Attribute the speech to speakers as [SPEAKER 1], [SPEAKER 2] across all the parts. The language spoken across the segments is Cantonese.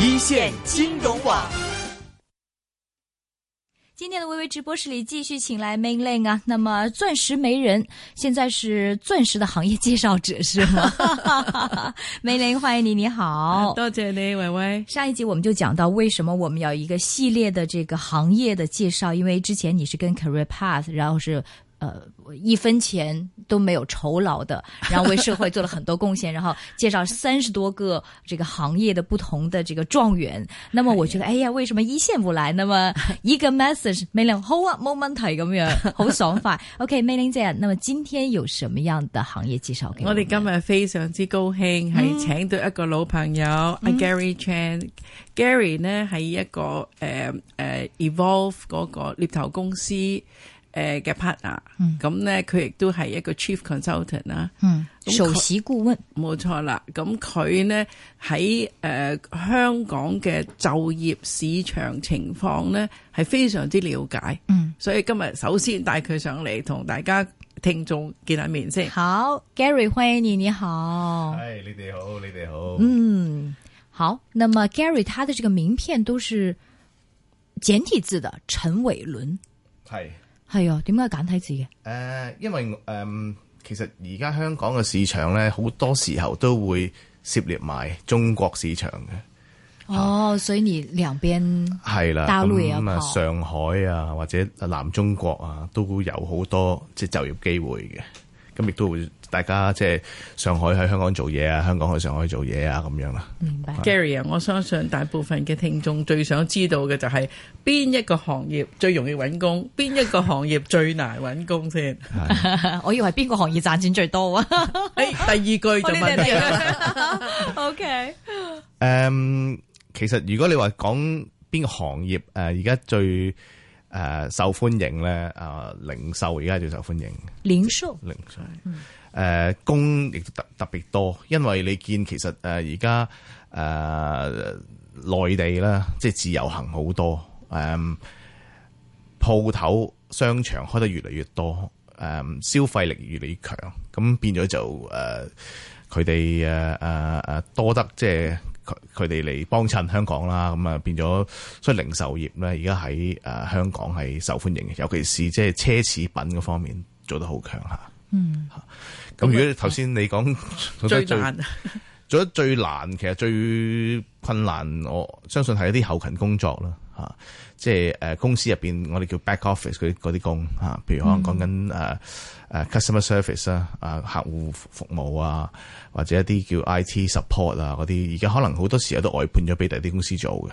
[SPEAKER 1] 一线金融网。
[SPEAKER 2] 今天的微微直播室里继续请来 Main Lane 啊，那么钻石媒人现在是钻石的行业介绍者是吗 ？Main Lane 欢迎你，你好。
[SPEAKER 3] 多謝你，維維。
[SPEAKER 2] 上一集我们就讲到为什么我们要一个系列的这个行业的介绍，因为之前你是跟 Career Path，然后是呃一分钱都没有酬劳的，然后为社会做了很多贡献，然 后介绍三十多个这个行业的不同的这个状元。那么我觉得，哎呀，为什么一线不来？那 么一个 message 美玲好啊，冇问题咁样，好爽 快。OK，美玲姐，那么今天有什么样的行业介绍给
[SPEAKER 3] 我
[SPEAKER 2] 们
[SPEAKER 3] 哋今日非常之高興，係請到一個老朋友阿 Gary Chan。Gary 呢係一個誒誒 Evolve 嗰個獵頭公司誒嘅 partner。咁呢，佢亦都係一個 Chief Consultant 啦。
[SPEAKER 2] 嗯，
[SPEAKER 3] 咁
[SPEAKER 2] 首
[SPEAKER 3] 佢
[SPEAKER 2] 席顾问，
[SPEAKER 3] 冇錯啦，咁佢呢喺誒、呃香港嘅就業市場情況呢，係非常之了解，
[SPEAKER 2] 嗯，
[SPEAKER 3] 所以今日首先帶佢上嚟同大家聽眾見下面先。
[SPEAKER 2] 好，Gary，欢迎你，你好。
[SPEAKER 1] 哎，你哋好，你哋好。
[SPEAKER 2] 嗯，好。那么 Gary 他的这个名片都是简体字的，陈伟伦。
[SPEAKER 1] 係
[SPEAKER 2] 系啊，点解簡體字嘅？
[SPEAKER 1] 誒、因為誒、嗯其實而家香港嘅市場咧，好多時候都會涉獵埋中國市場嘅，
[SPEAKER 2] 哦，所以你兩邊
[SPEAKER 1] 係啦。
[SPEAKER 2] 大陸也有
[SPEAKER 1] 咁啊，
[SPEAKER 2] 跑
[SPEAKER 1] 上海啊，或者南中國啊，都有好多即係就業機會嘅。咁亦都會大家即係上海喺香港做嘢啊，香港去上海做嘢啊，咁樣啦。
[SPEAKER 2] 明白。
[SPEAKER 3] Gary 啊，我相信大部分嘅聽眾最想知道嘅就係邊一個行業最容易揾工，邊一個行業最難揾工先。
[SPEAKER 2] 我以為邊個行業賺錢最多 啊
[SPEAKER 3] 哎，第二句就問你啦。
[SPEAKER 2] ？OK，
[SPEAKER 1] 誒、其實如果你話講邊個行業誒而家最誒、呃受歡迎咧，啊、零售而家最受歡迎，
[SPEAKER 2] 零售
[SPEAKER 1] 零售誒、呃工亦都特特別多，因為你見其實誒而家誒內地啦，即係自由行好多，誒、嗯鋪頭商場開得越嚟越多，誒、消費力越嚟越強，咁變咗就誒。呃佢哋誒誒誒多得即係佢佢哋嚟幫襯香港啦，咁啊變咗，所以零售業咧而家喺誒香港係受歡迎嘅，尤其是即係奢侈品嗰方面做得好強嚇。嗯，咁如果你頭先你講做得
[SPEAKER 3] 最 難
[SPEAKER 1] 做得最難，其實最困難，我相信係一啲後勤工作啦，嚇、即係誒、呃公司入邊我哋叫 back office 嗰啲嗰啲工嚇、啊譬如可能講緊誒誒 customer service 啊，啊客戶服務啊，或者一啲叫 IT support 啊嗰啲，而家可能好多時候都外判咗俾第啲公司做嘅。誒、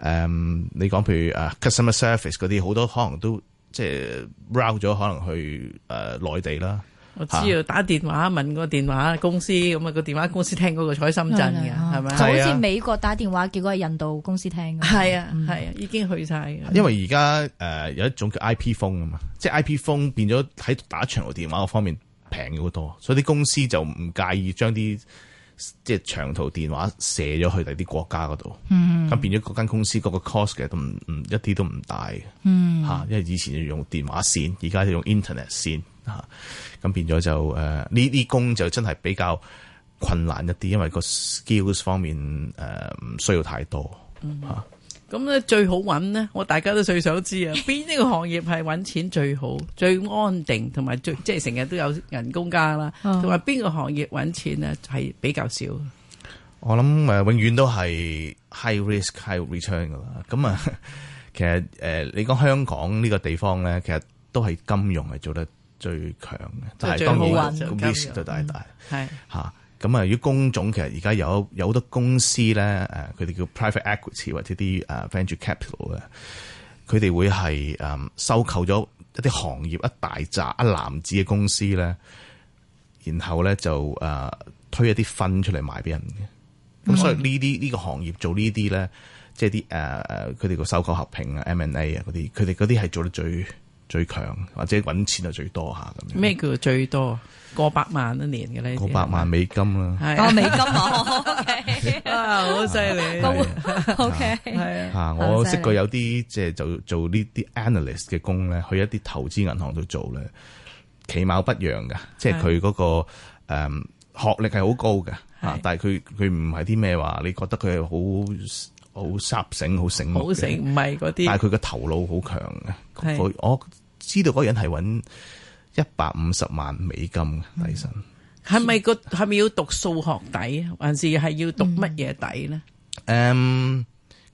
[SPEAKER 1] 你講譬如誒、啊 customer service 嗰啲，好多可能都即係 route 咗，可能去誒、呃、內地啦。
[SPEAKER 3] 我知道打電話問個電話公司，咁啊個電話公司聽嗰個坐喺深圳嘅，係咪
[SPEAKER 2] 就嗯
[SPEAKER 3] 啊？
[SPEAKER 2] 好
[SPEAKER 1] 係
[SPEAKER 2] 似
[SPEAKER 1] 啊
[SPEAKER 2] 美國打電話，結果係印度公司聽㗎。
[SPEAKER 3] 係啊，係啊，已經去晒嘅。
[SPEAKER 1] 因為而家誒有一種叫 IP 風啊嘛，即係 IP 風變咗喺打長途電話嗰方面平咗好多，所以啲公司就唔介意將啲即係長途電話射咗去第啲國家嗰度，咁變咗嗰間公司嗰個 cost 嘅都唔唔一啲都唔大嘅，嚇、因為以前要用電話線，而家就用 internet 線嚇，咁、變咗就誒呢啲工就真係比較困難一啲，因為個 skills 方面呃誒唔、需要太多嚇。
[SPEAKER 3] 咁咧最好揾呢，我大家都最想知啊，邊一個行業係揾錢最好、最安定，同埋最即係成日都有人工加啦，
[SPEAKER 2] 嗯
[SPEAKER 3] 同埋邊個行業揾錢呢係比較少。
[SPEAKER 1] 我諗誒、呃永遠都係 high risk high return 噶啦。咁啊， 其實誒、呃你講香港呢個地方咧，其實都係金融係做得最強嘅，但係
[SPEAKER 3] 最
[SPEAKER 1] 當
[SPEAKER 3] 好
[SPEAKER 1] 然
[SPEAKER 3] 運就
[SPEAKER 1] 個
[SPEAKER 3] 金
[SPEAKER 1] risk
[SPEAKER 3] 融
[SPEAKER 1] 就大大
[SPEAKER 3] 係
[SPEAKER 1] 嚇。咁啊，如果工種其實而家有有好多公司咧，誒佢哋叫 private equity 或者啲誒 venture capital 咧，佢哋會係誒、嗯收購咗一啲行業一大扎一籃子嘅公司咧，然後咧就誒、呃推一啲分出嚟賣俾人嘅。咁所以呢啲呢個行業做呢啲咧，即係啲誒誒佢哋個收購合併啊、M&A 啊嗰啲，佢哋嗰啲係做得最最強，或者揾錢就最多下咁樣。
[SPEAKER 3] 咩啊叫做最多？過百萬一年嘅呢？
[SPEAKER 1] 過百萬美金啦，
[SPEAKER 3] 係
[SPEAKER 2] 哦，
[SPEAKER 3] 啊
[SPEAKER 2] 美金 啊
[SPEAKER 3] 啊，好犀利！
[SPEAKER 2] ，OK，OK，
[SPEAKER 3] 係啊，
[SPEAKER 1] 嚇！
[SPEAKER 2] 好
[SPEAKER 1] 我
[SPEAKER 2] 犀利
[SPEAKER 1] 識過有啲即係做做呢啲 analyst 嘅工咧，去一啲投資銀行度做咧，嗯其貌不揚噶，即係佢嗰個誒學歷係好高嘅，啊
[SPEAKER 3] 係！
[SPEAKER 1] 但係佢佢唔係啲咩話，你覺得佢係好好殺醒、好醒目嘅
[SPEAKER 3] 好食唔係嗰
[SPEAKER 1] 嗯但
[SPEAKER 3] 啲，
[SPEAKER 1] 係佢個頭腦好強
[SPEAKER 3] 係
[SPEAKER 1] 嘅。佢我知道嗰個人係揾一百五十萬美金嘅底薪，
[SPEAKER 3] 係咪個係咪要讀數學底，啊還是係要讀乜嘢底咧？
[SPEAKER 2] 嗯
[SPEAKER 1] 誒嗯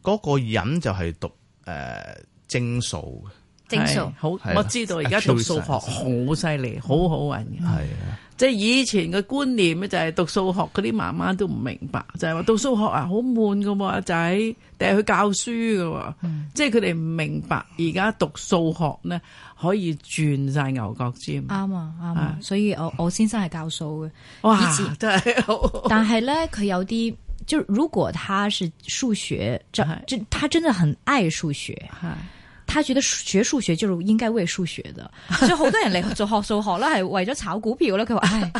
[SPEAKER 1] 嗰個人就係讀誒精數
[SPEAKER 2] 正
[SPEAKER 3] 係
[SPEAKER 2] 數
[SPEAKER 3] 好，
[SPEAKER 1] 係啊啊嗯
[SPEAKER 3] 我知道而家讀數學好犀利，好好玩嘅。
[SPEAKER 1] 嘅，係啊，
[SPEAKER 3] 即係以前嘅觀念咧，就係讀數學嗰啲媽媽都唔明白，就係話讀數學啊好悶噶喎，阿仔，定係去教書噶喎。
[SPEAKER 2] 嗯
[SPEAKER 3] 即係佢哋唔明白，而家讀數學咧可以轉晒牛角尖。
[SPEAKER 2] 啱啊啱啊，所以我我先生係教數嘅。
[SPEAKER 3] 哇
[SPEAKER 2] 以前！
[SPEAKER 3] 真係 好，
[SPEAKER 2] 但係咧，佢有啲就如果他是数学，这
[SPEAKER 3] 係
[SPEAKER 2] 这他真的很爱数学，
[SPEAKER 3] 係
[SPEAKER 2] 他覺得學數學就是應該為數學 的，所以好多人嚟做學數學啦，係為咗炒股票啦。佢話 唉，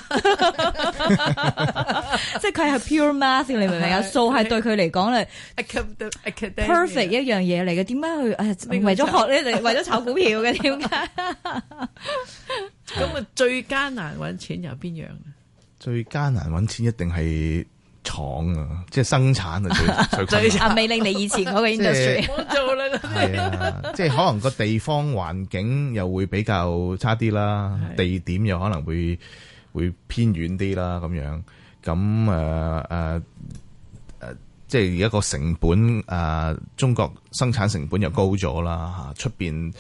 [SPEAKER 2] 即係佢係 pure math，你明唔明啊？
[SPEAKER 3] 係
[SPEAKER 2] 數係對佢嚟講咧
[SPEAKER 3] Acad- academia
[SPEAKER 2] perfect 一樣嘢嚟嘅，點解佢唉
[SPEAKER 3] 呢個
[SPEAKER 2] 為咗學咧，為咗炒股票嘅點 解？
[SPEAKER 3] 咁啊，最艱難揾錢又邊樣 呢
[SPEAKER 1] 最艱難揾錢一定係廠啊，即係生產啊最最困難。
[SPEAKER 2] 啊，未令你以前嗰個 industry
[SPEAKER 3] 冇做啦嗰啲。
[SPEAKER 1] 係啊，即係可能個地方環境又會比較差啲啦，
[SPEAKER 3] 係
[SPEAKER 1] 地點又可能會會偏遠啲啦，咁樣咁誒誒誒，即係而家個成本誒、呃中國生產成本又高咗啦，嚇出邊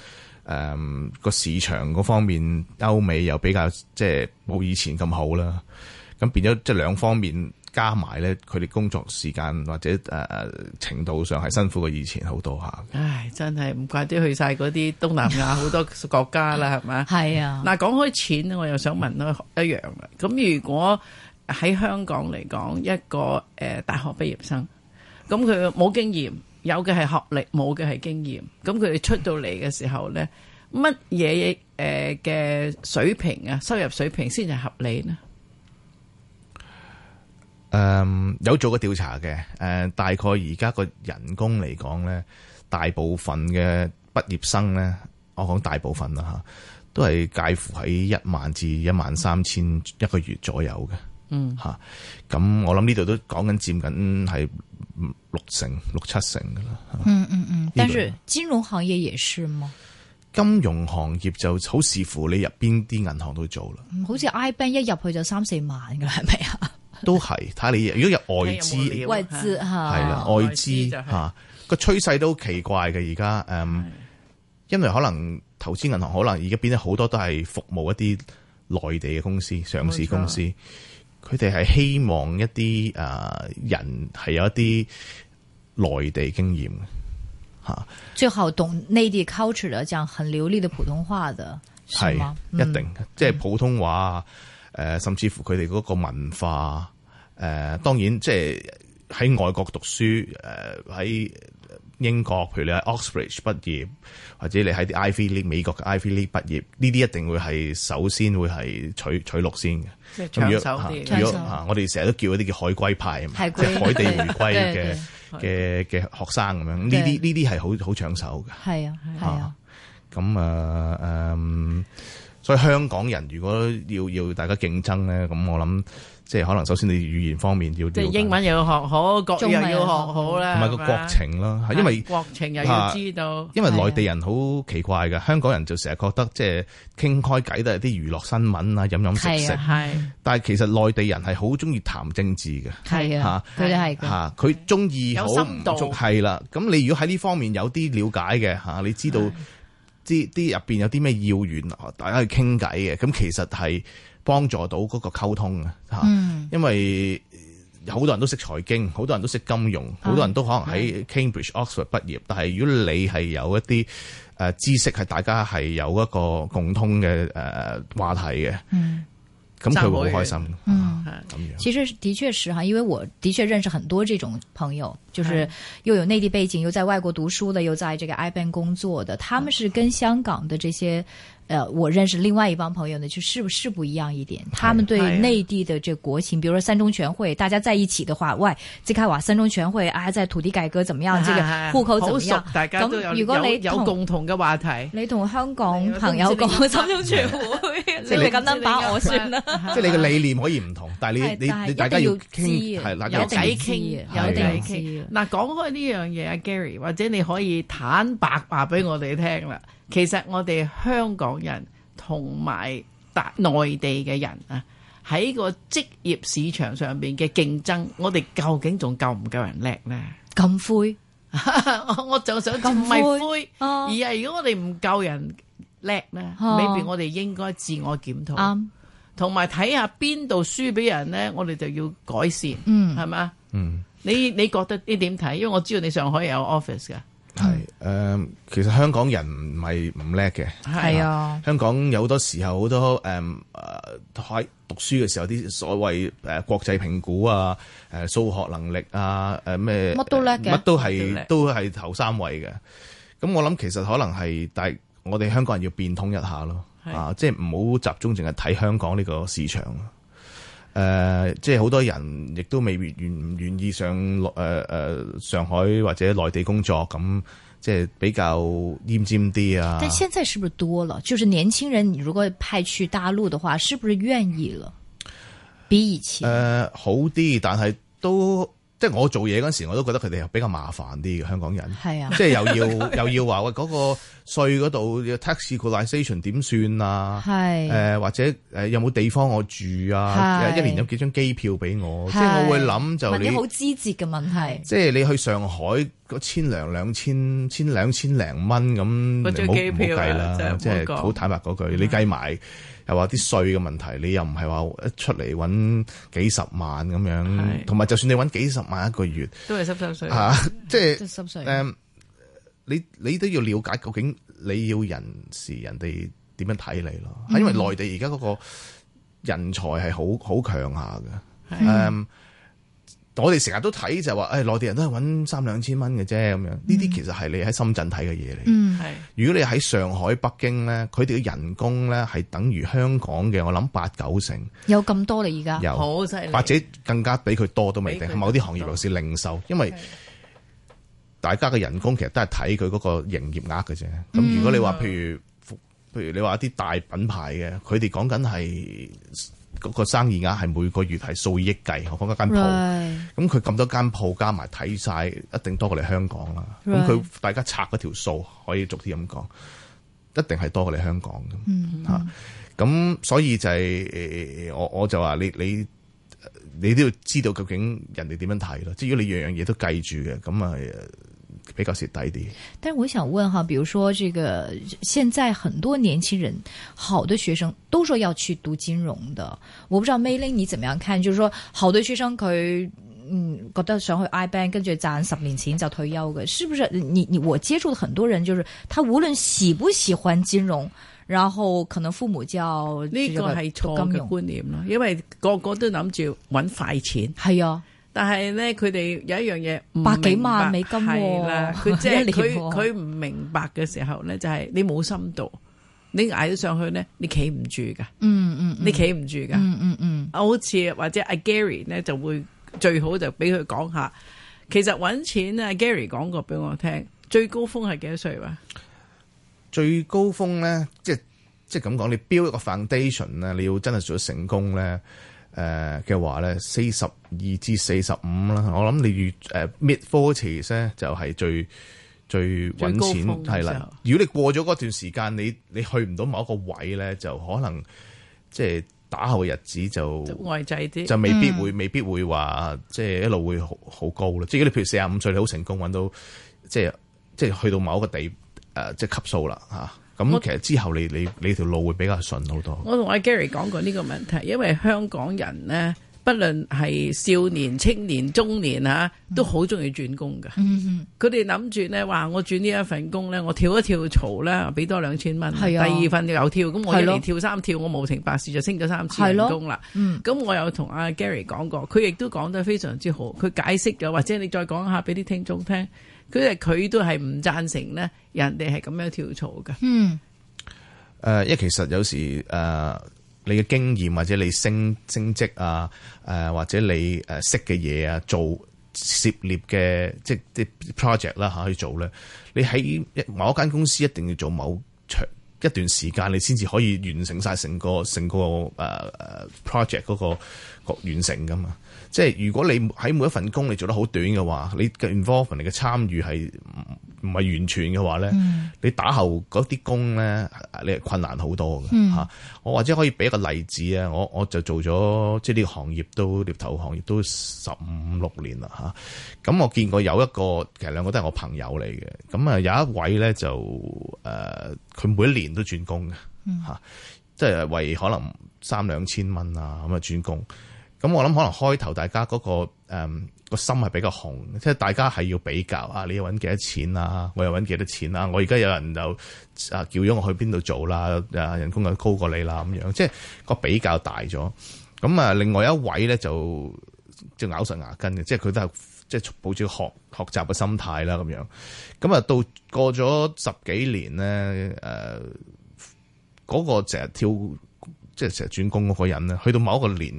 [SPEAKER 1] 誒個市場嗰方面，歐美又比較即係冇以前咁好啦，咁變咗即係兩方面。加埋咧，佢哋工作時間或者誒、呃程度上係辛苦過以前好多下嘅
[SPEAKER 3] 唉，真係唔怪啲去晒嗰啲東南亞好多國家 啦，係嘛？
[SPEAKER 2] 係啊，
[SPEAKER 3] 嗱，講開錢咧，我又想問啦一樣啦。咁如果喺香港嚟講，一個誒、呃大學畢業生，咁佢冇經驗，有嘅係學歷，冇嘅係經驗。咁佢哋出到嚟嘅時候咧，乜嘢誒嘅水平啊，收入水平先係合理呢？
[SPEAKER 1] 誒、呃有做過調查嘅，誒、呃大概而家個人工嚟講咧，大部分嘅畢業生咧，我講大部分啦嚇，都係介乎喺一萬至一萬三千一個月左右嘅，嗯嚇。咁我諗呢度都講緊佔緊係六成六七成㗎啦。
[SPEAKER 2] 嗯嗯嗯，但是金融行業也是嗎？
[SPEAKER 1] 金融行業就好視乎你入邊啲銀行度做啦，
[SPEAKER 2] 嗯好似 IBank 一入去就三四萬㗎啦，係咪啊？
[SPEAKER 1] 都係睇你如果有外
[SPEAKER 3] 睇有冇
[SPEAKER 1] 資
[SPEAKER 3] 料。
[SPEAKER 2] 位置嚇，
[SPEAKER 1] 係啦，
[SPEAKER 3] 哦
[SPEAKER 1] 外
[SPEAKER 3] 外資
[SPEAKER 1] 資
[SPEAKER 3] 就係
[SPEAKER 1] 嚇個趨勢都奇怪嘅而家，誒，因為可能投資銀行可能而家變咗好多都係服務一啲內地嘅公司、上市公司，佢哋係希望一啲誒、呃人係有一啲內地經驗嘅嚇，
[SPEAKER 2] 最好懂內地 culture 的，講很流利的普通話的，是
[SPEAKER 1] 係
[SPEAKER 2] 嗎？嗯
[SPEAKER 1] 一定嘅，即係普通話啊，誒，甚至乎佢哋嗰個文化，誒，當然即係喺外國讀書，誒喺。英國，譬如你喺 Oxbridge 畢業，或者你喺啲 Ivy League 美國嘅 Ivy League 畢業，呢啲一定會係首先會係取取錄先嘅。
[SPEAKER 3] 即係
[SPEAKER 1] 咁
[SPEAKER 3] 搶
[SPEAKER 1] 如
[SPEAKER 3] 手
[SPEAKER 1] 果啊
[SPEAKER 3] 啲
[SPEAKER 1] 嚇如
[SPEAKER 2] 搶
[SPEAKER 1] 果
[SPEAKER 2] 手
[SPEAKER 1] 嚇我哋成日都叫嗰啲叫海歸派啊嘛，
[SPEAKER 2] 海歸
[SPEAKER 1] 即係海地回
[SPEAKER 2] 對對
[SPEAKER 1] 歸嘅嘅嘅學生咁樣，呢啲
[SPEAKER 2] 對
[SPEAKER 1] 呢啲係好好搶手嘅。
[SPEAKER 2] 係啊，係啊，
[SPEAKER 1] 咁啊誒，所以香港人如果要要大家競爭咧，咁我諗即係可能首先你語言方面要
[SPEAKER 3] 即係
[SPEAKER 1] 了解
[SPEAKER 3] 英文又要學好，國語又要學好啦，
[SPEAKER 1] 啊同埋個
[SPEAKER 3] 係嘛啊
[SPEAKER 1] 國情啦，係因為。
[SPEAKER 3] 國情又要知道，
[SPEAKER 1] 因為內地人好奇怪嘅，香港人就成日覺得即係傾開偈都係啲娛樂新聞啊、飲飲食
[SPEAKER 2] 係
[SPEAKER 1] 食，
[SPEAKER 3] 係
[SPEAKER 1] 但係其實內地人係好中意談政治嘅。
[SPEAKER 2] 係啊，佢哋係嘅，
[SPEAKER 1] 吓，佢中意好
[SPEAKER 3] 有深度
[SPEAKER 1] 唔足係啦。咁你如果喺呢方面有啲了解嘅吓，你知道啲啲入邊有啲咩要員，啊大家去傾偈嘅，咁其實係幫助到嗰個溝通啊吓。
[SPEAKER 3] 嗯
[SPEAKER 1] 因為好多人都識財經，好多人都識金融，
[SPEAKER 3] 啊
[SPEAKER 1] 好多人都可能喺 Cambridge、Oxford 畢業，但係如果你係有一啲誒知識係大家係有一個共通嘅誒話題嘅，
[SPEAKER 3] 嗯
[SPEAKER 1] 咁佢會好開心。啊
[SPEAKER 2] 嗯。
[SPEAKER 3] 係
[SPEAKER 1] 咁樣。
[SPEAKER 2] 其實的確是哈，因為我的確認識很多這種朋友，就是又有內地背景，又在外國讀書的，又在這個 IBAN 工作的，他們是跟香港的這些呃，我认识另外一帮朋友呢，就是不是不一样一点。他们
[SPEAKER 3] 哎
[SPEAKER 2] 对
[SPEAKER 3] 呀
[SPEAKER 2] 内地的这国情，比如说三中全会，大家在一起的话，喂，即刻話三中全會啊，在土地改革怎麼樣，這個户口怎麼樣？
[SPEAKER 3] 大家都有
[SPEAKER 2] 咁如果
[SPEAKER 3] 有
[SPEAKER 2] 你
[SPEAKER 3] 有
[SPEAKER 2] 同
[SPEAKER 3] 共同嘅話題，
[SPEAKER 2] 你同香港朋友講三中全會， 你哋咁樣把我算啦。
[SPEAKER 1] 即係你嘅理念可以唔同，但係
[SPEAKER 2] 係
[SPEAKER 1] 你
[SPEAKER 2] 但係
[SPEAKER 1] 你你大家
[SPEAKER 2] 一定
[SPEAKER 1] 要
[SPEAKER 2] 要
[SPEAKER 1] 傾
[SPEAKER 2] 知啊
[SPEAKER 1] 係大
[SPEAKER 2] 有一
[SPEAKER 1] 家要
[SPEAKER 2] 定要
[SPEAKER 1] 傾
[SPEAKER 3] 偈啊傾，
[SPEAKER 2] 係
[SPEAKER 1] 啊
[SPEAKER 3] 有偈傾。嗱，講開呢樣嘢啊，Gary，或者你可以坦白話俾我哋聽啦。其實我哋香港人同埋大內地嘅人啊，喺個職業市場上邊嘅競爭，我哋究竟仲夠唔夠人叻咧？
[SPEAKER 2] 咁灰，
[SPEAKER 3] 我 我就想
[SPEAKER 2] 咁
[SPEAKER 3] 唔係
[SPEAKER 2] 灰
[SPEAKER 3] 灰，
[SPEAKER 2] 啊
[SPEAKER 3] 而係如果我哋唔夠人叻咧
[SPEAKER 2] 哦
[SPEAKER 3] ，maybe 我哋應該自我檢討。
[SPEAKER 2] 啱，
[SPEAKER 3] 同埋睇下邊度輸俾人咧，我哋就要改善，
[SPEAKER 2] 嗯
[SPEAKER 3] 係嘛？
[SPEAKER 1] 嗯，
[SPEAKER 3] 你你覺得呢點睇？因為我知道你上海有 office 噶，
[SPEAKER 1] 係誒，其實香港人唔係唔叻嘅。
[SPEAKER 2] 係啊，
[SPEAKER 1] 香港有好多時候好多誒誒喺讀書嘅時候啲所謂誒、呃、國際評估啊、誒、數學能力啊、誒咩
[SPEAKER 2] 乜都叻嘅
[SPEAKER 1] 乜都
[SPEAKER 3] 乜都叻
[SPEAKER 1] 係都係頭三位嘅。咁我諗其實可能係，但係我哋香港人要變通一下咯，
[SPEAKER 3] 係
[SPEAKER 1] 啊，即係唔好集中淨係睇香港呢個市場。誒、即係好多人亦都未必願唔願意上誒誒、呃上海或者內地工作，咁即係比較奄尖啲啊。
[SPEAKER 2] 但現在是不是多了？就是年輕人，你如果派去大陸的話，是不是願意了？比以
[SPEAKER 1] 誒、
[SPEAKER 2] 前，
[SPEAKER 1] 呃好啲，但係都即係我做嘢嗰陣時，我都覺得佢哋係比較麻煩啲嘅香港人，
[SPEAKER 2] 係啊，
[SPEAKER 1] 即係又要 又要話喂嗰個税嗰度嘅 tax equalisation 點算啊？誒、
[SPEAKER 2] 係
[SPEAKER 1] 或者誒、呃有冇地方我住啊？
[SPEAKER 2] 係
[SPEAKER 1] 誒一年有幾張機票俾我？
[SPEAKER 2] 係
[SPEAKER 1] 即係我會諗就
[SPEAKER 2] 問
[SPEAKER 1] 你呃
[SPEAKER 2] 啲好枝節嘅問題。
[SPEAKER 1] 即係你去上海嗰千零兩千千兩千零蚊咁，唔好
[SPEAKER 3] 嗰張
[SPEAKER 1] 唔好
[SPEAKER 3] 機票啊
[SPEAKER 1] 計
[SPEAKER 3] 真係
[SPEAKER 1] 啦，
[SPEAKER 3] 唔
[SPEAKER 1] 即
[SPEAKER 3] 好
[SPEAKER 1] 係
[SPEAKER 3] 講嗯
[SPEAKER 1] 好坦白嗰句，你計埋又話啲税嘅問題，你又唔係話一出嚟揾幾十萬咁
[SPEAKER 3] 係
[SPEAKER 1] 樣，同埋就算你揾幾十萬一個月
[SPEAKER 3] 都係濕濕水。
[SPEAKER 1] 啊，即係
[SPEAKER 2] 即係濕碎
[SPEAKER 1] 誒，你你都要了解究竟你要人時人哋點樣睇你咯，因
[SPEAKER 3] 嗯
[SPEAKER 1] 為內地而家嗰個人才係好好強下嘅。誒、我哋成日都睇就係話，誒、內地人都係揾三兩千蚊嘅啫，咁樣呢啲其實係你喺深圳睇嘅嘢嚟。
[SPEAKER 2] 嗯，
[SPEAKER 3] 係
[SPEAKER 1] 如果你喺上海、北京咧，佢哋嘅人工咧係等於香港嘅，我諗八九成
[SPEAKER 2] 有咁多啦，而家
[SPEAKER 1] 有，
[SPEAKER 3] 好犀利，
[SPEAKER 1] 或者更加比佢多都未
[SPEAKER 3] 比
[SPEAKER 1] 定。
[SPEAKER 3] 佢
[SPEAKER 1] 某啲行業
[SPEAKER 3] 多
[SPEAKER 1] 尤其是零售，因為大家嘅人工其實都係睇佢嗰個營業額嘅啫。
[SPEAKER 2] 嗯
[SPEAKER 1] 咁如果你話譬如譬如你話一啲大品牌嘅，佢哋講緊係嗰個生意額係每個月係數以億計，我講緊間鋪。
[SPEAKER 2] Right
[SPEAKER 1] 咁佢咁多間鋪加埋睇晒，一定多過你香港啦。咁
[SPEAKER 2] Right
[SPEAKER 1] 佢大家拆嗰條數，可以逐啲咁講，一定係多過你香港咁嚇。咁、所以就係、呃我我就話你你你都要知道究竟人哋點樣睇咯。即係如果你樣樣嘢都計住嘅，咁啊呃比較蝕底啲。
[SPEAKER 2] 但是我想问哈，比如说这个现在很多年轻人，好的学生都说要去读金融的，我不知道 Mayling 你怎么样看？就是说好的学生佢嗯觉得想去 I bank，跟住赚十年钱就退休嘅，是不是？你你我接触的很多人就是他无论喜不喜欢金融，然后可能父母教
[SPEAKER 3] 呢個係
[SPEAKER 2] 讀
[SPEAKER 3] 錯
[SPEAKER 2] 金
[SPEAKER 3] 嘅
[SPEAKER 2] 融，
[SPEAKER 3] 觀念咯，因為個個都諗住揾快錢，
[SPEAKER 2] 系啊，
[SPEAKER 3] 但係咧佢哋有一樣嘢唔
[SPEAKER 2] 百幾
[SPEAKER 3] 明白
[SPEAKER 2] 萬美金喎
[SPEAKER 3] 係啦，佢 即
[SPEAKER 2] 一
[SPEAKER 3] 係
[SPEAKER 2] 年
[SPEAKER 3] 佢
[SPEAKER 2] 喎
[SPEAKER 3] 佢唔明白嘅時候咧，就係你冇深度，你捱咗上去咧，你企唔住噶，
[SPEAKER 2] 嗯嗯
[SPEAKER 3] 你企唔住噶。
[SPEAKER 2] 嗯嗯嗯，
[SPEAKER 3] 好似或者阿 Gary 咧就會最好就俾佢講下。其實揾錢啊，Gary 講過俾我聽，最高峰係幾多歲話？
[SPEAKER 1] 最高峰咧，即係即係咁講，你 build 一個 foundation 啊咧，你要真係做得成功咧，誒嘅話咧，四十二至四十五啦，我諗你預誒 mid forties 咧就係最最
[SPEAKER 3] 最
[SPEAKER 1] 揾
[SPEAKER 3] 高
[SPEAKER 1] 錢
[SPEAKER 3] 峰嘅
[SPEAKER 1] 係
[SPEAKER 3] 時候
[SPEAKER 1] 啦。如果你過咗嗰段時間，你你去唔到某一個位咧，就可能即係打後嘅日子就
[SPEAKER 3] 外制啲，嗯
[SPEAKER 1] 就未必會，未必會話即係一路會好好高啦。即係如果你譬如四十五歲，你好成功揾到即係即係去到某一個地誒、呃即係級數啦嚇。咁、
[SPEAKER 3] 我
[SPEAKER 1] 其實之後你你你條路會比較順好多。
[SPEAKER 3] 我同阿 Gary 講過呢個問題，因為香港人呢，不論係少年、青年、中年啊，
[SPEAKER 2] 嗯
[SPEAKER 3] 都好中意轉工㗎。佢哋諗住呢話，我轉呢一份工呢，我跳一跳槽啦，俾多兩千蚊。
[SPEAKER 2] 係啊
[SPEAKER 3] 第二份又跳，咁我
[SPEAKER 2] 係
[SPEAKER 3] 一
[SPEAKER 2] 咯
[SPEAKER 3] 年跳三跳，我無情白事就升咗三次
[SPEAKER 2] 係咯
[SPEAKER 3] 人工啦。
[SPEAKER 2] 嗯
[SPEAKER 3] 咁我有同阿 Gary 講過，佢亦都講得非常之好。佢解釋咗，或者你再講下俾啲聽眾聽，佢係佢都係唔贊成呢人哋係咁樣跳槽㗎。
[SPEAKER 2] 嗯，
[SPEAKER 1] 誒、誒，呃因為其實有時誒、呃你嘅經驗或者你升升職啊，誒、或者你誒識嘅嘢啊，做涉獵嘅即係啲 project 啦嚇去做咧，你喺一某一間公司一定要做某長一段時間，你先至可以完成晒成個成個誒誒、呃 project 嗰、個個完成噶嘛。即係如果你喺每一份工你做得好短嘅話，你嘅 involvement 你嘅參與係唔唔係完全嘅話咧，你打後嗰啲工咧，你係困難好多嘅嚇、我或者可以俾一個例子啊，我我就做咗即係呢個行業都獵頭行業都十五六年啦嚇。咁、我見過有一個其實兩個都係我朋友嚟嘅，咁啊有一位咧就誒，呃佢、每一年都轉工嘅嚇、即係為可能三兩千蚊啊咁啊轉工。咁我諗可能開頭大家嗰、個嗯誒、個心係比較紅，即係大家係要比較啊，你要揾幾多錢啊，我又揾幾多錢啊，我而家有人就啊叫咗我去邊度做啦，啊人工又高過你啦咁樣，即係個比較大咗。咁啊，另外一位咧就即係咬實牙根嘅，即係佢都係即係抱住學學習嘅心態啦咁樣。咁啊，到過咗十幾年咧，誒、嗰、個成日跳。即係成日轉工嗰個人咧，去到某一個年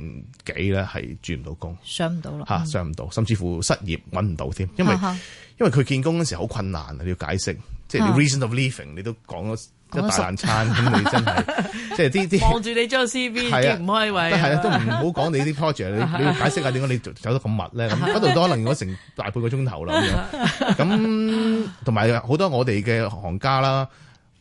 [SPEAKER 1] 紀咧，係轉唔到工
[SPEAKER 2] 上唔到啦。
[SPEAKER 1] 嚇、啊上唔到，甚至乎失業揾唔到添，因為
[SPEAKER 2] 哈哈
[SPEAKER 1] 因為佢見工嗰時好困難啊，你要解釋，即係
[SPEAKER 2] 啊
[SPEAKER 1] 你 reason of leaving，你都講咗一
[SPEAKER 2] 講咗
[SPEAKER 1] 大
[SPEAKER 2] 十
[SPEAKER 1] 爛餐，咁你真 係即係啲啲。
[SPEAKER 3] 望住你張 CV
[SPEAKER 1] 係啊
[SPEAKER 3] 揭唔開位
[SPEAKER 1] 都係
[SPEAKER 3] 啊，
[SPEAKER 1] 啊，都唔好講你啲 project，你你
[SPEAKER 2] 啊
[SPEAKER 1] 要解釋下點解你走走得咁密咧？咁嗰度都可能我成大半個鐘頭啦 咁樣。咁同埋好多我哋嘅行家啦，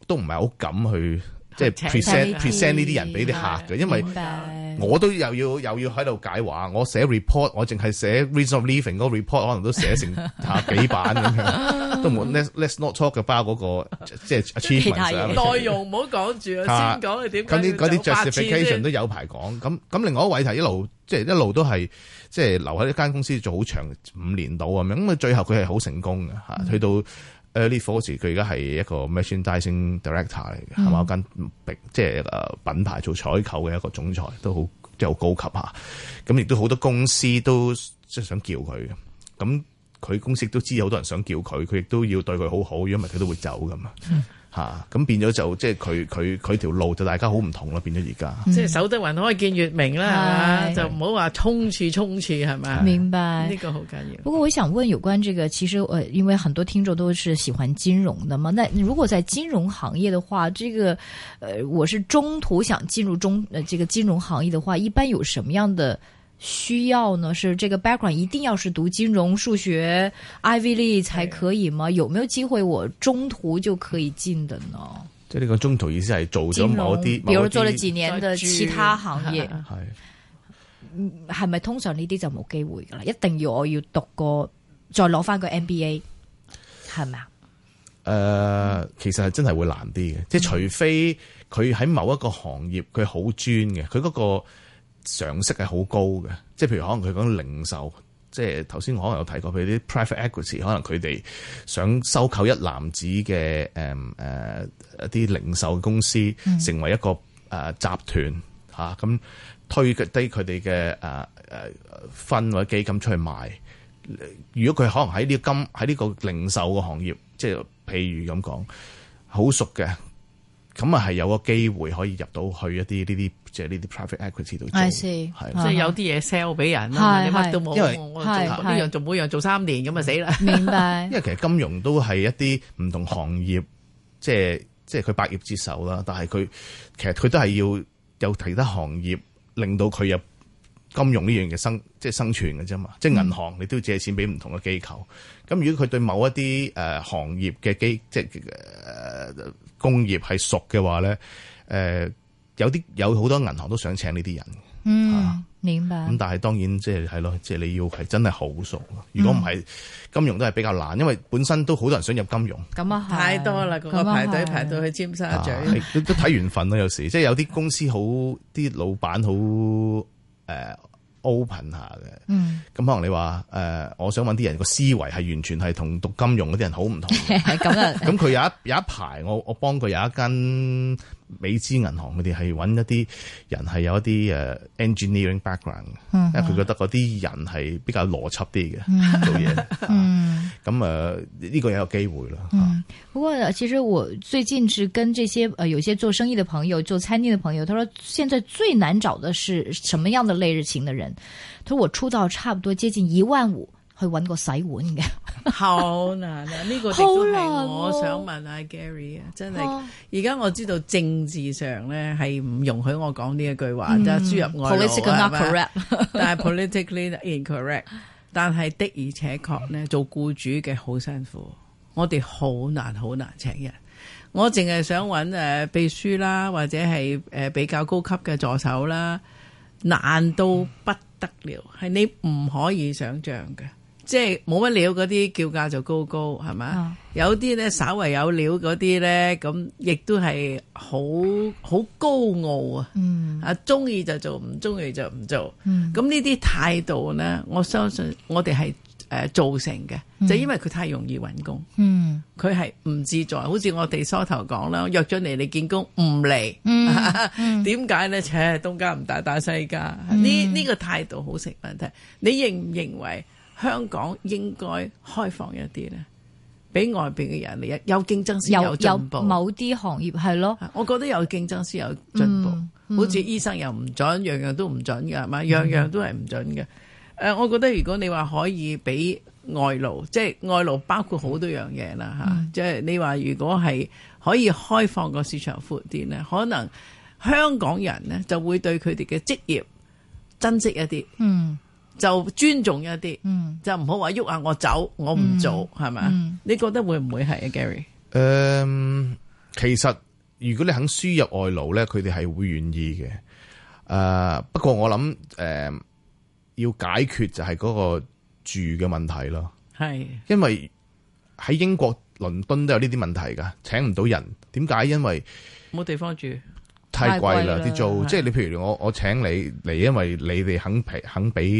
[SPEAKER 1] 都唔係好敢去即係
[SPEAKER 3] 請
[SPEAKER 1] present
[SPEAKER 3] 請
[SPEAKER 1] present 呢啲人俾啲客嘅，因為
[SPEAKER 2] 明白
[SPEAKER 1] 我都又要又要喺度解話，我寫 report，我淨係寫 reason of leaving 嗰個 report，可能都寫 成下幾版咁樣，都冇 let's let's not talk about 嗰、個即係
[SPEAKER 2] 其他
[SPEAKER 1] achievement
[SPEAKER 2] 嘢
[SPEAKER 1] 啊
[SPEAKER 3] 內容唔好講住啊，
[SPEAKER 1] 啊
[SPEAKER 3] 先講你點解
[SPEAKER 1] 嗰啲嗰啲
[SPEAKER 3] 要走八次
[SPEAKER 1] justification
[SPEAKER 3] 先
[SPEAKER 1] 都有排講。咁咁另外一位就係一路即係一路都係即係留喺一間公司做好長五年到咁樣。咁啊最後佢係好成功嘅嚇，
[SPEAKER 3] 嗯
[SPEAKER 1] 去到 early four 時佢而家係一個 merchandising
[SPEAKER 3] 嗯
[SPEAKER 1] director 嚟嘅，係嘛、間啊即係誒品牌做採購嘅一個總裁都好即係好高級嚇。咁亦都好多公司都即係想叫佢嘅。咁佢公司亦都知有好多人想叫佢，佢亦都要對佢好好，如果唔係佢都會走噶嘛。嚇，咁、變咗就即係佢佢佢條路就大家好唔同啦，變咗而家。
[SPEAKER 3] 即係守得雲開見月明啦，係嘛？
[SPEAKER 2] 係
[SPEAKER 3] 就唔好話衝刺衝刺係嘛？
[SPEAKER 2] 明
[SPEAKER 3] 呢
[SPEAKER 2] 白。
[SPEAKER 3] 個好緊要。
[SPEAKER 2] 不过我想问，有关这个，其实呃，因为很多听众都是喜欢金融的嘛。那如果在金融行业的话，这个呃，我是中途想进入中呃这个金融行业的话，一般有什么样的需要呢？是这个 background 一定要是读金融、数学、Ivy League 才可以吗？有没有机会我中途就可以进的呢？
[SPEAKER 1] 即係呢個中途意思係做咗
[SPEAKER 2] 金
[SPEAKER 1] 某
[SPEAKER 2] 融，
[SPEAKER 1] 啲，
[SPEAKER 2] 比
[SPEAKER 1] 某
[SPEAKER 2] 如
[SPEAKER 1] 一
[SPEAKER 2] 做了
[SPEAKER 1] 啲
[SPEAKER 2] 几年的其他行 业，
[SPEAKER 1] 係
[SPEAKER 2] 系咪通常呢啲就冇機會噶啦？一定要我要讀過，再攞翻個 MBA，係咪啊？
[SPEAKER 1] 誒、呃其實係真係會難啲嘅，即係除非佢喺某一個行業佢好專嘅，佢嗰個常識係好高嘅，即係譬如可能佢講零售，即係頭先我可能有提過，譬如啲 private equity，可能佢哋想收購一籃子嘅誒誒一啲零售公司，
[SPEAKER 2] 嗯
[SPEAKER 1] 成為一個誒、呃集團嚇，咁、推低佢哋嘅誒誒分或者基金出去賣。如果佢可能喺呢個金喺呢個零售嘅行業，即係譬如咁講，好熟嘅，咁啊係有個機會可以入到去一啲呢啲即係呢啲 private equity 度做，
[SPEAKER 2] I see
[SPEAKER 1] 係
[SPEAKER 3] 即
[SPEAKER 1] 啦
[SPEAKER 3] 係有啲嘢 sell 俾人啦，
[SPEAKER 2] 係
[SPEAKER 3] 你乜都冇，
[SPEAKER 1] 因為
[SPEAKER 3] 我我做
[SPEAKER 2] 係
[SPEAKER 3] 呢
[SPEAKER 2] 係
[SPEAKER 3] 樣做每樣做三年咁啊死啦！
[SPEAKER 2] 明白
[SPEAKER 1] 因為其實金融都係一啲唔同行業，即係即係佢百業之首啦，但係佢其實佢都係要有其他行業令到佢有金融呢樣嘢生即係生存嘅啫嘛，即係銀行你都要借錢俾唔同嘅機構。咁如果佢對某一啲誒、呃行業嘅機即係誒、呃工業係熟嘅話咧，誒、有啲有好多銀行都想請呢啲人。
[SPEAKER 2] 嗯，明白
[SPEAKER 1] 咁。但係當然即係係咯，即係你要係真係好熟咯。如果唔
[SPEAKER 2] 嗯
[SPEAKER 1] 係，金融都係比較難，因為本身都好多人想入金融，
[SPEAKER 2] 咁啊係，
[SPEAKER 3] 太多啦，嗰個
[SPEAKER 2] 咁啊
[SPEAKER 3] 排隊
[SPEAKER 2] 係
[SPEAKER 3] 排到去尖沙
[SPEAKER 1] 啊
[SPEAKER 3] 咀。
[SPEAKER 1] 係都都睇緣分咯。有時即係有啲公司好，啲老闆好誒 open 下嘅。
[SPEAKER 2] 嗯，
[SPEAKER 1] 咁可能你話誒、呃我想揾啲人個思維係完全係同讀金融嗰啲人好唔同。
[SPEAKER 2] 咁 啊，
[SPEAKER 1] 咁佢有一有一排，我我幫佢有一間美資銀行，佢哋係揾一啲人係有一啲誒 engineering
[SPEAKER 2] 嗯
[SPEAKER 1] background 嘅，因為佢覺得嗰啲人係比較邏輯啲嘅做嘢。
[SPEAKER 2] 嗯，
[SPEAKER 1] 咁誒呢個有個機會啦。
[SPEAKER 2] 嗯，不过呃其实我最近是跟这些呃有些做生意的朋友、做餐厅的朋友，他说现在最难找的是什么样的类日情的人？他说我出到差不多接近一萬五去揾個洗碗嘅，
[SPEAKER 3] 好難啊！呢個亦都係我想問阿 Gary 啊，真係而家我知道政治上咧係唔容許我講呢一句話，就係輸入外勞啊
[SPEAKER 2] political not
[SPEAKER 3] 係咪
[SPEAKER 2] correct，
[SPEAKER 3] 但係 politically incorrect。但係的而且確咧，做僱主嘅好辛苦，我哋好難好難請人。我淨係想揾誒秘書啦，或者係誒比較高級嘅助手啦，難到不得了，係你唔可以想象嘅。即係冇乜料嗰啲叫價就高高，係咪？
[SPEAKER 2] 啊
[SPEAKER 3] 有啲咧稍為有料嗰啲咧，咁亦都係好好高傲啊！
[SPEAKER 2] 嗯
[SPEAKER 3] 啊，中意就做，唔中意就唔做。
[SPEAKER 2] 嗯
[SPEAKER 3] 咁呢啲態度呢，我相信我哋係誒造成嘅，就因為佢太容易揾工，
[SPEAKER 2] 嗯
[SPEAKER 3] 佢係唔自在。好似我哋梳頭講啦，約咗你你見工唔嚟，
[SPEAKER 2] 嗯
[SPEAKER 3] 點解呢？切，東家唔打打西家，
[SPEAKER 2] 嗯
[SPEAKER 3] 呢呢個態度好成問題。你認唔認為香港應該開放一啲呢？俾外邊嘅人嚟有競爭先
[SPEAKER 2] 有
[SPEAKER 3] 有
[SPEAKER 2] 有
[SPEAKER 3] 進步。
[SPEAKER 2] 某啲行業係咯，
[SPEAKER 3] 啊我覺得有競爭先有進步，
[SPEAKER 2] 嗯
[SPEAKER 3] 好似醫生又唔準，樣樣都唔準嘅，係嘛？樣樣都係唔準嘅。誒、我覺得如果你話可以俾外勞，即係外勞包括好多樣嘢啦嚇，
[SPEAKER 2] 嗯
[SPEAKER 3] 即係你話如果係可以開放個市場闊啲咧，可能香港人咧就會對佢哋嘅職業珍惜一啲，
[SPEAKER 2] 嗯
[SPEAKER 3] 就尊重一啲，
[SPEAKER 2] 嗯
[SPEAKER 3] 就唔好話喐下我走，我唔做係嘛？你覺得會唔會係啊，Gary？
[SPEAKER 1] 誒、嗯其實如果你肯輸入外勞咧，佢哋係會願意嘅。誒、不過我諗誒、呃要解決就係嗰個住嘅問題咯，
[SPEAKER 3] 係
[SPEAKER 1] 因為喺英國倫敦都有呢啲問題㗎，請唔到人。點解？因為
[SPEAKER 3] 冇地方住。
[SPEAKER 2] 太
[SPEAKER 1] 太貴啦
[SPEAKER 2] 貴啦
[SPEAKER 1] 啲租，
[SPEAKER 3] 係
[SPEAKER 1] 即係你譬如我我請你嚟，因為你哋肯俾肯俾，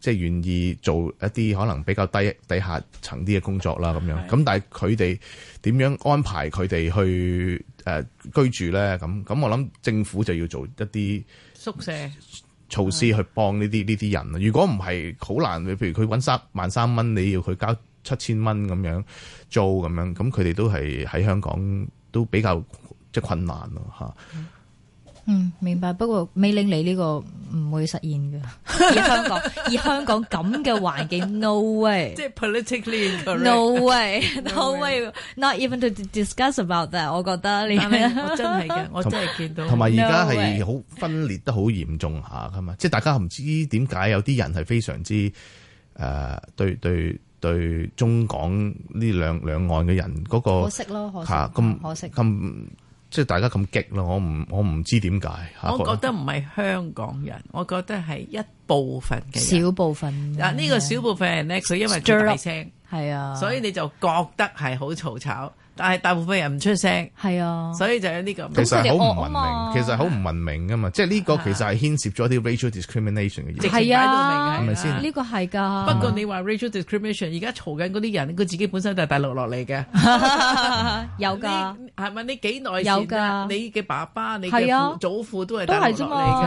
[SPEAKER 1] 即係願意做一啲可能比較低底下層啲嘅工作啦咁樣。
[SPEAKER 3] 係
[SPEAKER 1] 咁但係佢哋點樣安排佢哋去誒、呃居住咧？咁咁我諗政府就要做一啲
[SPEAKER 3] 宿舍
[SPEAKER 1] 措施去幫呢啲呢啲人啦。啊如果唔係，好難。譬如佢揾三萬三蚊，你要佢交七千蚊咁樣租咁樣，咁佢哋都係喺香港都比較即係困難咯嚇。
[SPEAKER 2] 嗯，明白。不過 m a 你呢個唔會實 現嘅，以香港以香港咁嘅環境，no way
[SPEAKER 3] 即。係 politically incorrect。
[SPEAKER 2] No way, no way, not even to discuss about that。我覺得你
[SPEAKER 3] 但係我真 係嘅，我真係見到。
[SPEAKER 1] 同埋而家
[SPEAKER 2] 嗯 No
[SPEAKER 1] 係
[SPEAKER 2] way
[SPEAKER 1] 好分裂得好嚴重下噶嘛，即係大家唔知點解有啲人係非常之誒、呃、對對對中港呢兩兩岸嘅人嗰、
[SPEAKER 2] 可
[SPEAKER 1] 個
[SPEAKER 2] 惜咯，可惜嗯
[SPEAKER 1] 哦嚇，咁
[SPEAKER 2] 可惜。
[SPEAKER 1] 咁即係大家咁激咯，我唔我唔知點解嚇。
[SPEAKER 3] 我覺得唔係香港人，我覺得係一部分嘅人。
[SPEAKER 2] 少部分
[SPEAKER 3] 嗱，啊呢個小部分人咧，佢因為佢
[SPEAKER 2] Stir
[SPEAKER 3] 大
[SPEAKER 2] up
[SPEAKER 3] 聲，
[SPEAKER 2] 係啊，
[SPEAKER 3] 所以你就覺得係好嘈吵，但係大部分人唔出聲，
[SPEAKER 2] 係啊，
[SPEAKER 3] 所以就有呢個問
[SPEAKER 1] 其
[SPEAKER 3] 題。
[SPEAKER 1] 實係好
[SPEAKER 2] 咁佢哋惡
[SPEAKER 1] 唔文
[SPEAKER 2] 啊嘛啊
[SPEAKER 1] 明，其實係好唔文明噶嘛，即係呢個其實係牽涉咗啲 racial discrimination 嘅
[SPEAKER 3] 直
[SPEAKER 1] 嘢
[SPEAKER 3] 情。擺到明
[SPEAKER 1] 係咪
[SPEAKER 3] 係啦
[SPEAKER 1] 先
[SPEAKER 2] 啊呢個係㗎。
[SPEAKER 3] 不過你 話 racial discrimination，而家嘈緊嗰啲人，佢自己本身就係大陸落嚟嘅。
[SPEAKER 2] 有㗎，
[SPEAKER 3] 你係咪？你幾耐
[SPEAKER 2] 有
[SPEAKER 3] 前啊
[SPEAKER 2] 㗎
[SPEAKER 3] 你嘅爸爸、你
[SPEAKER 2] 係
[SPEAKER 3] 嘅
[SPEAKER 2] 啊
[SPEAKER 3] 父祖父都係
[SPEAKER 2] 都
[SPEAKER 3] 大
[SPEAKER 2] 係
[SPEAKER 3] 陸
[SPEAKER 2] 啫
[SPEAKER 3] 落嚟
[SPEAKER 2] 嘛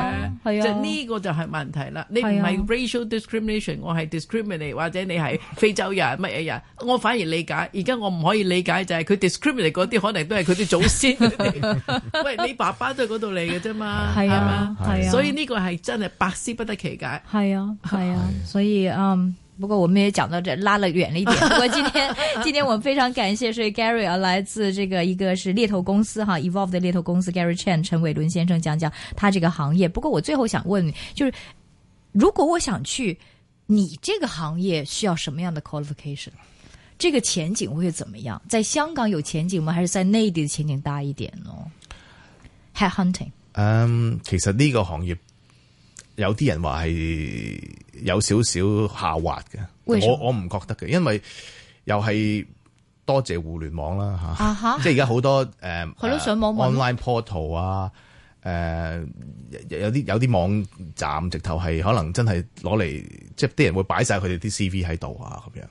[SPEAKER 3] 嘅，
[SPEAKER 2] 係啊
[SPEAKER 3] 即係呢個就係問題啦。你唔
[SPEAKER 2] 係啊
[SPEAKER 3] 係 racial discrimination，我係 discriminate，或者你係非洲人乜嘢人，我反而理解。而家我唔可以理解就係佢 discriminate 嗰啲，可能都係佢啲祖先嗰 啲。喂，你爸爸都係嗰度嚟嘅啫嘛，係
[SPEAKER 2] 係
[SPEAKER 3] 嘛
[SPEAKER 2] 啊？，係啊，
[SPEAKER 3] 所以呢個係真係百思不得其解。
[SPEAKER 2] 係啊，係啊，所以嗯。不过我们也讲到这，拉了远了一点。不过今天，今天我们非常感谢，所以 Gary 啊，来自这个一个是猎头公司哈，Evolve 的猎头公司 Gary Chan 陈伟伦先生讲讲他这个行业。不过我最后想问你，就是如果我想去你这个行业，需要什么样的 qualification？这个前景会怎么样？在香港有前景吗？还是在内地的前景大一点呢？Head hunting，
[SPEAKER 1] 嗯，其實呢個行業有啲人話係有少少下滑嘅，
[SPEAKER 2] 為什麼
[SPEAKER 1] 我我唔覺得嘅，因為又係多謝互聯網啦嚇，
[SPEAKER 2] 啊 哈
[SPEAKER 1] 即係而家好多誒
[SPEAKER 2] 係咯上網揾
[SPEAKER 1] online portal 啊。誒、有有啲有啲網站直頭係可能真係攞嚟，即係啲人會擺晒佢哋啲 CV 喺度啊咁樣。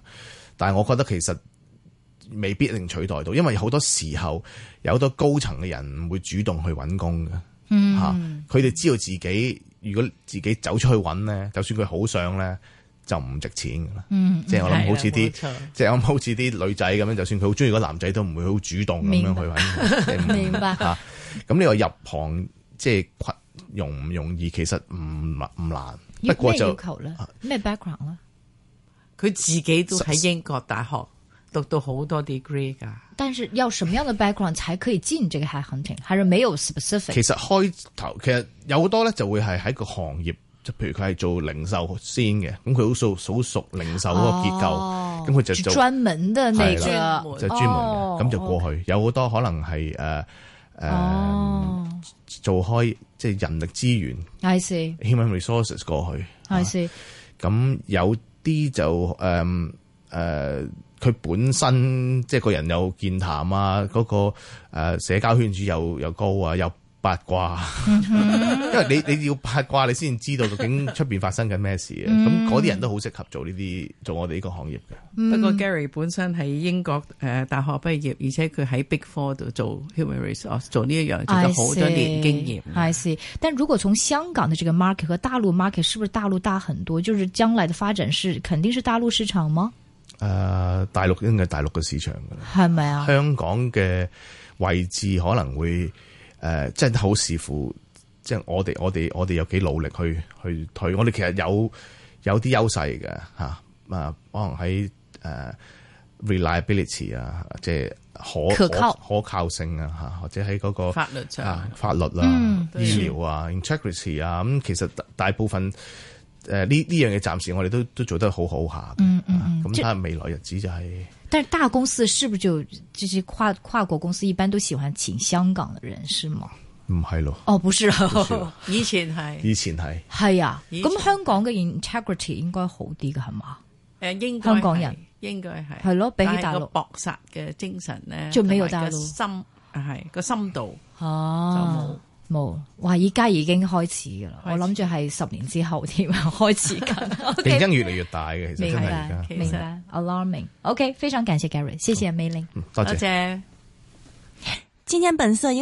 [SPEAKER 1] 但係我覺得其實未必一定取代到，因為好多時候有好多高層嘅人唔會主動去揾工嘅。
[SPEAKER 2] 嗯
[SPEAKER 1] 吓，佢哋知道自己如果自己走出去揾咧，就算佢好想咧，就唔值錢㗎啦。
[SPEAKER 2] 嗯，
[SPEAKER 1] 即係我諗好似啲
[SPEAKER 4] 係啦冇錯
[SPEAKER 1] 即係我諗好似啲女仔咁樣，就算佢好中意嗰男仔，都唔會好主動咁樣去揾佢。即係唔
[SPEAKER 2] 明白
[SPEAKER 1] 啊 咁呢個入行即係困容唔容易，其實唔唔難。不
[SPEAKER 2] 要
[SPEAKER 1] 過
[SPEAKER 2] 咩
[SPEAKER 1] 就啊
[SPEAKER 2] 要求咧？咩 background 啊咧？
[SPEAKER 4] 佢自己都喺英國大學讀到好多 degree 㗎。
[SPEAKER 2] 但是要什么样的 background 才可以进這個 high hunting？还是没有 specific？
[SPEAKER 1] 其實開頭其實有好多咧，就會係喺個行業，即譬如佢係做零售先嘅，咁佢好熟好熟零售嗰個結
[SPEAKER 2] 哦
[SPEAKER 1] 構，咁佢、就做
[SPEAKER 2] 专门的那
[SPEAKER 1] 係
[SPEAKER 4] 啦
[SPEAKER 2] 個
[SPEAKER 1] 就專門
[SPEAKER 2] 哦
[SPEAKER 1] 嘅，咁、就過去。有好多可能係誒誒
[SPEAKER 2] 哦
[SPEAKER 1] 做開即係人力資源
[SPEAKER 2] ，I see
[SPEAKER 1] （human resources） 過去，
[SPEAKER 2] I see，
[SPEAKER 1] 咁有啲就誒誒，嗯呃佢、本身即係個人有健談啊，嗰、個、呃、社交圈子又又高啊，又八卦，啊 因為你你要八卦，你先知道究竟出邊發生緊咩事啊。咁嗰啲人都好適合做呢啲做我哋呢個行業嘅。
[SPEAKER 3] 不
[SPEAKER 2] 嗯
[SPEAKER 3] 過 Gary 本身喺英國誒大學畢業，而且佢喺 Big Four 度做 human resource，做呢一樣做
[SPEAKER 2] I
[SPEAKER 3] 咗好多年經驗。
[SPEAKER 2] I see，但如果從香港的這個 market 和大陸 market，是不是大陸大很多？就是將來的發展是肯定是大陸市場嗎？
[SPEAKER 1] 誒、呃大陸應該係大陸嘅市場㗎啦，
[SPEAKER 2] 係咪啊？
[SPEAKER 1] 香港嘅位置可能會誒、呃，真係好視乎，即係我哋我哋我哋有幾努力去去推，我哋其實有有啲優勢嘅嚇，啊，可能喺誒、呃 reliability 啊，即係
[SPEAKER 2] 可
[SPEAKER 1] 可
[SPEAKER 2] 靠
[SPEAKER 1] 可靠性啊嚇，或者喺嗰、個。
[SPEAKER 3] 法律上
[SPEAKER 1] 啊、法律啦、
[SPEAKER 2] 嗯
[SPEAKER 1] 醫療啊、integrity 啊，咁其實大大部分誒呢呢樣嘢暫時我哋都都做得好好下嘅，
[SPEAKER 2] 嗯嗯
[SPEAKER 1] 啊
[SPEAKER 2] 嗯
[SPEAKER 1] 咁睇
[SPEAKER 2] 即
[SPEAKER 1] 下未來日子就係、
[SPEAKER 2] 但是大公司是不是就這些跨跨國公司一般都喜歡請香港的人是嗎？
[SPEAKER 1] 唔係咯，
[SPEAKER 2] 哦，不是
[SPEAKER 1] 好少
[SPEAKER 2] 咯，
[SPEAKER 3] 以前係
[SPEAKER 1] 以前係
[SPEAKER 2] 係啊，
[SPEAKER 3] 以前
[SPEAKER 2] 咁香港嘅 integrity 應該好啲嘅係嘛？
[SPEAKER 3] 誒應該係
[SPEAKER 2] 香港人
[SPEAKER 3] 應該係
[SPEAKER 2] 係咯比起
[SPEAKER 3] 但係
[SPEAKER 2] 大陸
[SPEAKER 3] 個搏殺嘅精神咧，
[SPEAKER 2] 就沒有
[SPEAKER 3] 同埋個
[SPEAKER 2] 大陸
[SPEAKER 3] 深係個深度就
[SPEAKER 2] 哦
[SPEAKER 3] 冇。
[SPEAKER 2] 冇，哇！而家已經開始噶啦，
[SPEAKER 3] 開
[SPEAKER 2] 我
[SPEAKER 3] 始
[SPEAKER 2] 諗住係十年之後添，啊 開始 緊。
[SPEAKER 1] 競
[SPEAKER 2] OK，
[SPEAKER 1] 爭越嚟越大嘅，其實
[SPEAKER 2] 明
[SPEAKER 1] 真係
[SPEAKER 2] 白
[SPEAKER 1] 而家，
[SPEAKER 3] 其實
[SPEAKER 2] 明白，alarming。OK，非常感謝啊 Gary，謝謝 Mei Ling。
[SPEAKER 1] 嗯，多
[SPEAKER 3] 多
[SPEAKER 1] 謝。
[SPEAKER 3] 謝。
[SPEAKER 5] 今天本色。